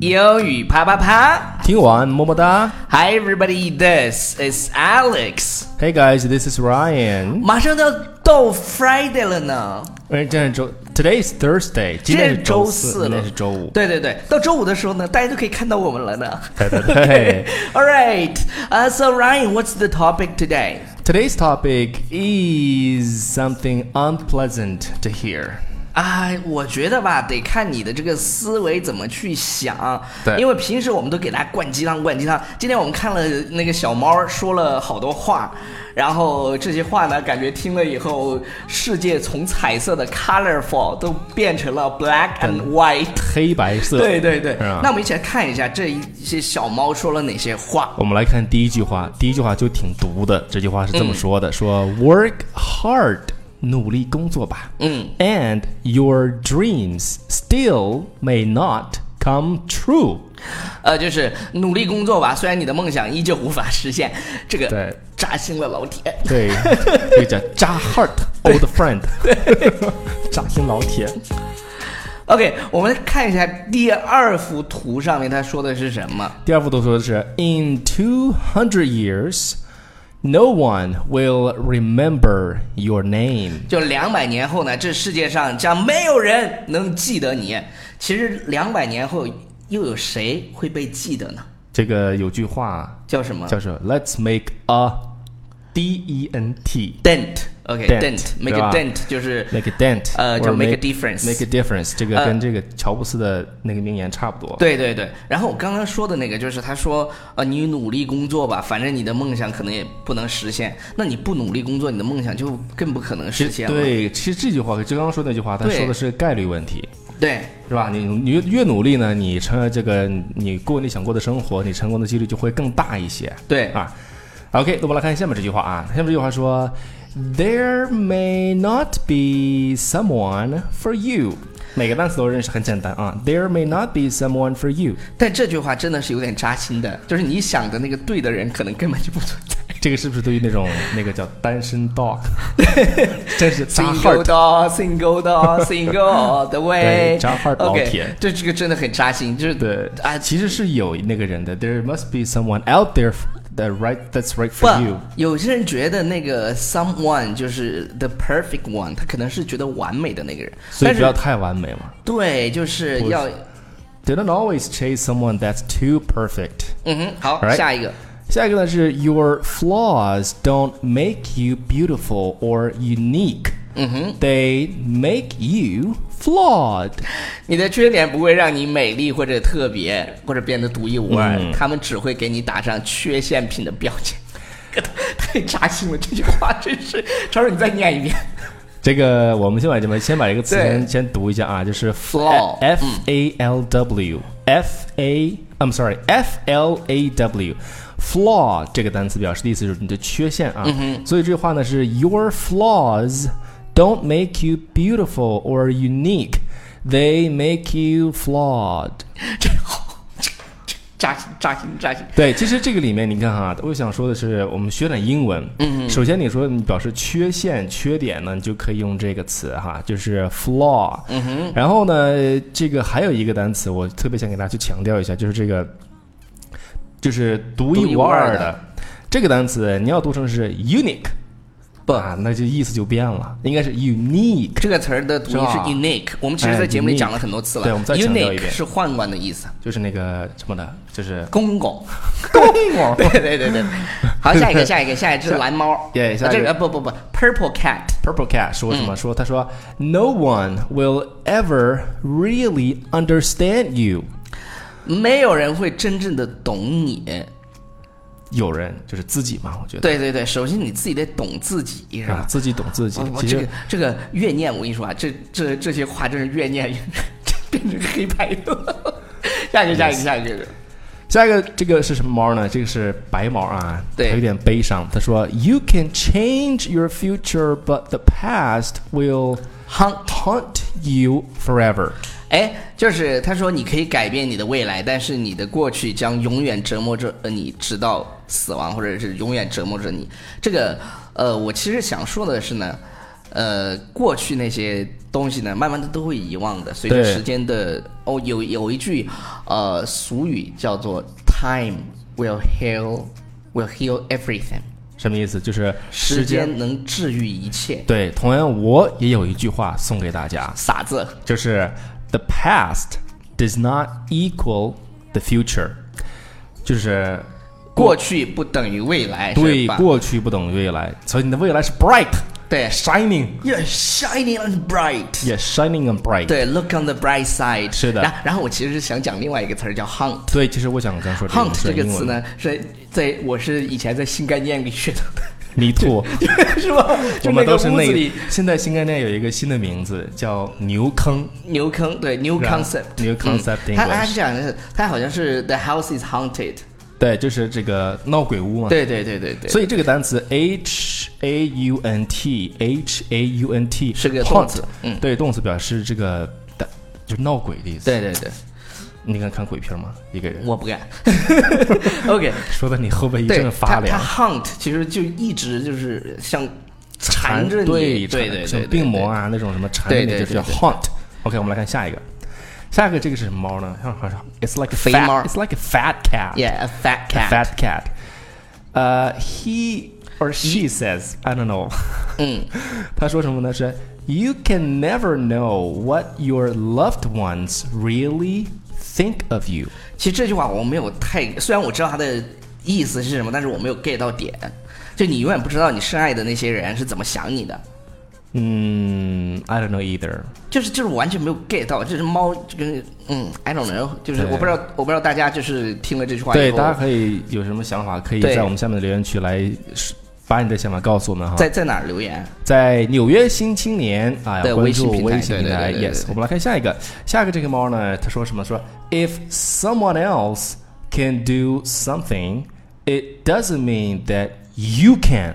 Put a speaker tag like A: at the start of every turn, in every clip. A: 英语啪啪啪
B: 听完么么哒。
A: ！Hi everybody, this is Alex。
B: Hey guys, this is Ryan。
A: 马上就要到 Friday 了呢，
B: 哎，这是周，Today is Thursday，今
A: 这
B: 天是
A: 是周
B: 四，
A: 四
B: 明
A: 了，
B: 天是周五。
A: 对对对，到周五的时候呢，大家就可以看到我们了呢。
B: 对对对。
A: All right, uh, so Ryan, what's the topic today?
B: Today's topic is something unpleasant to hear。
A: 啊，我觉得吧，得看你的这个思维怎么去想。
B: 对
A: 因为平时我们都给大家灌鸡汤，灌鸡汤。今天我们看了那个小猫说了好多话，然后这些话呢，感觉听了以后，世界从彩色的 colorful 都变成了 black and white。
B: 黑白色。
A: 对对对
B: 是啊吧，
A: 那我们一起来看一下这一些小猫说了哪些话。
B: 我们来看第一句话，第一句话就挺毒的。这句话是这么说
A: 嗯
B: 的：说 work hard，努力工作吧。
A: 嗯
B: ，and your dreams still may not come true。
A: 呃，就是努力工作吧，虽然你的梦想依旧无法实现，这个
B: 对
A: 扎心了老铁。
B: 对，这个 叫扎 heart old friend，扎心老铁。
A: OK，我们看一下第二幅图上面他说的是什么？
B: 第二幅图说的是 In two hundred years。No one will remember your name。
A: 就两百年后呢，这世界上将没有人能记得你。其实两百年后又有谁会被记得呢？
B: 这个有句话
A: 叫什么
B: 叫做 “Let's make a D E N T”。
A: ？Dent。OK，dent，make、
B: 对吧
A: a dent 就是。
B: make a dent，
A: 呃
B: or
A: 叫 make a difference
B: make a difference，这个
A: 呃
B: 跟这个乔布斯的那个名言差不多。，
A: 对对对，然后我刚刚说的那个就是他说，呃，你努力工作吧，反正你的梦想可能也不能实现。那你不努力工作，你的梦想就更不可能实现了。
B: 对，其实这句话就刚刚说那句话，他
A: 对
B: 说的是概率问题，
A: 对，
B: 是吧？你你越越努力呢，你成这个你过你想过的生活，你成功的几率就会更大一些。
A: 对
B: 啊，OK，那我们来看下面这句话啊，下面这句话说，There may not be someone for you。每个单词都认识，很简单啊。There may not be someone for you。
A: 但这句话真的是有点扎心的，就是你想的那个对的人，可能根本就不存在。
B: 这个是不是对于那种那个叫单身 dog，真是扎
A: Single
B: heart？
A: dog, single dog, single all the way
B: 对。扎 heart 老
A: OK，
B: 铁
A: 这这个真的很扎心，就是
B: 对
A: 啊
B: 啊，，其实是有那个人的。There must be someone out there that right that's right
A: 不
B: for you。，
A: 有些人觉得那个 someone 就是 the perfect one，他可能是觉得完美的那个人，
B: 所
A: 但
B: 以不要
A: 是
B: 太完美嘛。
A: 对，就是
B: 不
A: 要
B: Do not always chase someone that's too perfect。
A: 嗯哼，好
B: Alright
A: 下一个
B: 下一个呢是 Your flaws don't make you beautiful or unique。嗯哼，They make you flawed。
A: 你的缺点不会让你美丽或者特别或者变得独一无二，
B: 嗯
A: 他们只会给你打上缺陷品的标签。 太扎心了，这句话真是。超叔，你再念一遍。
B: 这个我们先把这边先把这个词
A: 对
B: 先先读一下啊，就是
A: Flaw，
B: F A L W F A I'm sorry F L A W flaw 这个单词表示的意思就是你的缺陷啊，所以这句话呢是 Your flaws don't make you beautiful or unique, they make you flawed。
A: 这好，这这扎心扎心扎心。
B: 对，其实这个里面你看哈，我想说的是，我们学点英文。嗯，首先你说你表示缺陷、缺点呢，你就可以用这个词哈，就是 flaw。嗯哼。然后呢，这个还有一个单词，我特别想给大家去强调一下，就是这个，就是独
A: 独一
B: 一
A: 无
B: 无
A: 二
B: 二
A: 的
B: 的这个单词，你要读成是 unique，
A: 不
B: 啊，那就意思就变了，应该是 unique，
A: 这个词儿的读音
B: 是
A: 是
B: 吧
A: unique，我们其实，在
B: 哎
A: 节目里
B: unique
A: 讲了很多次了。
B: 对我们再强调一
A: unique
B: 遍
A: 是宦官的意思，
B: 就是那个什么的，就是
A: 公公。
B: 公公
A: 对对对对，好，下一个，下一个，下一只蓝猫。啊
B: 对下一个
A: 这个呃不不不，purple cat。
B: Purple Cat 说
A: 嗯
B: 什么？说他说，No one will ever really understand you。
A: 没有人会真正的懂你。
B: 有人就是自己嘛，我觉得
A: 对对对，首先你自己得懂自己，是
B: 啊
A: 吧，？
B: 自己懂自己
A: 我。我
B: 其
A: 这
B: 实
A: 个这个怨念，我跟你说啊，这这这些话真是怨念， 变成黑白了。下一个，下一个，下一个。
B: 下一个这个是什么猫呢？这个是白毛啊，
A: 对
B: 它有点悲伤。他说，You can change your future, but the past will
A: 哼，
B: haunt you forever。
A: 哎，就是他说你可以改变你的未来，但是你的过去将永远折磨着呃你，直到死亡，或者是永远折磨着你。这个呃，我其实想说的是呢，呃，过去那些东西呢，慢慢的都会遗忘的。随着
B: 对
A: 时间的哦，有有一句呃俗语叫做 “time will heal will heal everything”，
B: 什么意思？就是
A: 时间能治愈一切。
B: 对，同样我也有一句话送给大家，
A: 傻子，
B: 就是 the past does not equal the future，就是
A: 过去不等于未来，
B: 对
A: 是吧？
B: 过去不等于未来，所以你的未来是 bright
A: 对
B: shining，
A: ，You're shining and bright。
B: 也 shining and bright。
A: 对，Look on the bright side。
B: 是的
A: 然然后我其实是想讲另外一个词儿叫 hunt。
B: 所以其实我想刚说这
A: hunt 这
B: 是
A: 个
B: 英
A: 词
B: 文，
A: 呢，是在我是以前在新概念里学的，
B: 泥土。
A: 是吧？ 就那
B: 我们
A: 个
B: 都是
A: 屋
B: 那
A: 子里
B: 现在新概念有一个新的名字叫牛坑
A: 牛坑，对 new
B: 是吧
A: concept。
B: New concept
A: 嗯
B: English
A: 他他是讲的是，他好像是 the house is haunted。
B: 对，就是这个闹鬼屋嘛。
A: 对对对对对。
B: 所以这个单词 h a u n t h a u n t
A: 是个
B: haunt，
A: 动词嗯
B: 对，动词表示这个的，就是闹鬼的意思。，
A: 对对对，
B: 你敢看鬼片吗？一个人
A: 我不敢。OK，
B: 说的 你后背一
A: 对
B: 阵发
A: 他
B: 凉，
A: 他 hunt 其实就一直就是像缠着你，
B: 对
A: 对对对，
B: 缠什么
A: 对
B: 病魔。啊那种什么缠着
A: 对
B: 你
A: 对
B: 就是叫
A: 对对
B: haunt。OK，我们来看下一个，下一个这个是什么猫呢？像好像 it's like a
A: 肥
B: fat-
A: 猫
B: it's like a fat cat。
A: Yeah, a fat
B: A
A: cat.
B: fat cat. Uh, he or she says, I don't know.
A: 嗯，
B: 他说什么呢？是 You can never know what your loved ones really think of you。
A: 其实这句话我没有太，虽然我知道它的意思是什么，但是我没有 get 到点。就你永远不知道你深爱的那些人是怎么想你的，
B: 嗯，I Hmm, don't know either。
A: 就是就是完全没有 get 到，就是猫就跟嗯，I don't know，就是
B: 对
A: 我不知道我不知道大家就是听了这句话以
B: 对，
A: 后，
B: 大家可以有什么想法，可以
A: 对
B: 在我们下面的留言区来把你的想法告诉我们哈。
A: 在在哪儿留言？
B: 在纽约新青年啊，
A: 对
B: 要关注微
A: 微
B: 信
A: 信平台
B: 平台。
A: 对对对对
B: Yes，
A: 对
B: 我们来看下一个，下一个这个猫呢，他说什么？说 If someone else can do something, it doesn't mean that you can。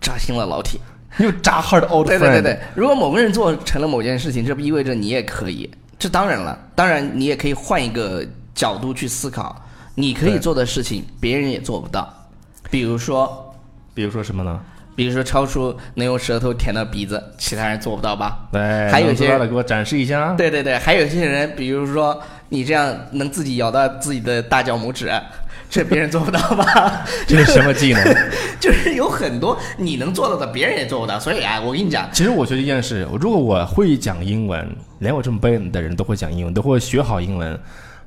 A: 扎心了，老铁。
B: You 扎 hard old
A: 对
B: friend。
A: 对对对，如果某个人做成了某件事情，这不意味着你也可以。这当然了，当然你也可以换一个角度去思考，你可以
B: 对
A: 做的事情，别人也做不到。比如说，
B: 比如说什么呢？
A: 比如说超叔能用舌头舔到鼻子，其他人做不到吧？
B: 来，
A: 还有
B: 能
A: 一些
B: 做到的给我展示一下啊。
A: 对对对，还有些人，比如说你这样能自己咬到自己的大脚拇指，这别人做不到吧？
B: 这是什么技能？
A: 就是有很多你能做到的，别人也做不到。所以啊，我跟你讲，
B: 其实我觉得一件事，如果我会讲英文，连我这么笨的人都会讲英文，都会学好英文，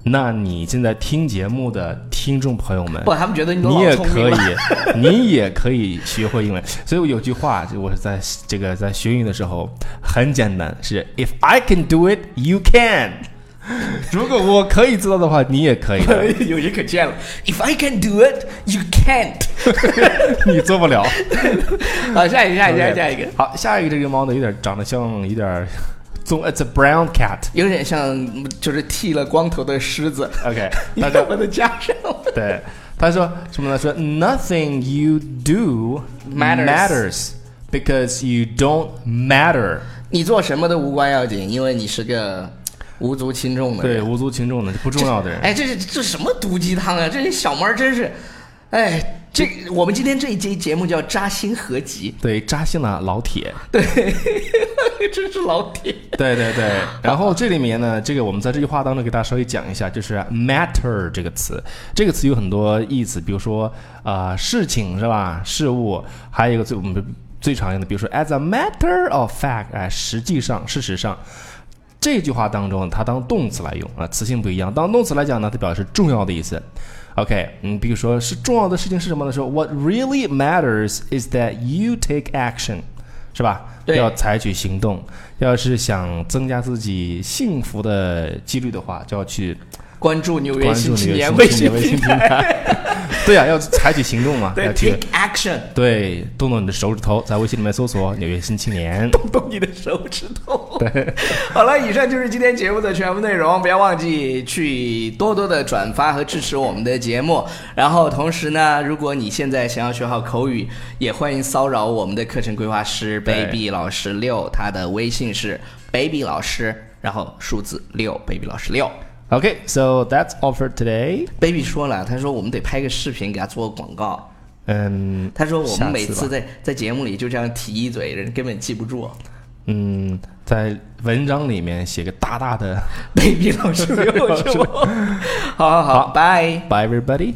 B: 那你现在听节目的听众朋友们，
A: 不，他们觉得你都
B: 你
A: 老
B: 也
A: 聪明
B: 可
A: 了
B: 以， 你也可以学会英文。所以我有句话，就我是在这个在学英语的时候很简单，是 If I can do it, you can。如果我可以做到的话，你也可以的。
A: 有些可见了。If I can do it, you can't 。
B: 你做不了。
A: 好，下一 个，下一个，下一
B: OK
A: 个下一个，
B: 好，下一个这个猫呢，有点长得像，有点棕，It's a brown cat。
A: 有点像就是剃了光头的狮子，
B: OK，
A: 把
B: 大家
A: 它加上了。
B: 对他说什么呢？说 Nothing you do
A: Matters
B: matters because you don't matter。
A: 你做什么都无关要紧，因为你是个无足轻重的
B: 对，
A: 人。
B: 无足轻重的，不重要的人。
A: 哎，这是这什么毒鸡汤啊！这些小猫真是，哎，这我们今天这一节节目叫扎心合集，
B: 对，扎心了老铁。
A: 对， 真是老铁。
B: 对 对对。然后这里面呢，这个我们在这句话当中给大家稍微讲一下，就是 matter 这个词。这个词有很多意思，比如说啊、呃事情是吧？事物，还有一个最我们最常用的，比如说 as a matter of fact，哎，实际上，事实上。这句话当中，它当动词来用啊，词性不一样。当动词来讲呢，它表示重要的意思。OK，嗯，比如说是重要的事情是什么呢？说 What really matters is that you take action，是吧？
A: 对
B: 要采取行动。要是想增加自己幸福的几率的话，就要去
A: 关注纽约
B: 关
A: 新
B: 注
A: 青
B: 你
A: 年
B: 的
A: 微
B: 微
A: 信
B: 微信
A: 平
B: 平
A: 台，
B: 台。对呀、啊要采取行动嘛，
A: 对
B: 要去
A: ，Take Action。
B: 对，动动你的手指头，在微信里面搜索“纽约新青 年”。
A: 动你的手指头。好了，以上就是今天节目的全部内容，不要忘记去多多的转发和支持我们的节目。然后同时呢，如果你现在想要学好口语，也欢迎骚扰我们的课程规划师
B: 对
A: baby 老师六，他的微信是 baby 老师，然后数字六 baby 老师六。
B: OK，so、that's all for today.
A: baby 说了，他说我们得拍个视频给他做个广告。
B: 嗯
A: 他说我
B: 下
A: 们
B: 次
A: 每次
B: 吧
A: 在在节目里就这样提一嘴，人根本记不住。
B: 嗯，在文章里面写个大大的
A: baby 老师没有
B: 老师
A: 救，好好好，拜。
B: “Bye everybody”。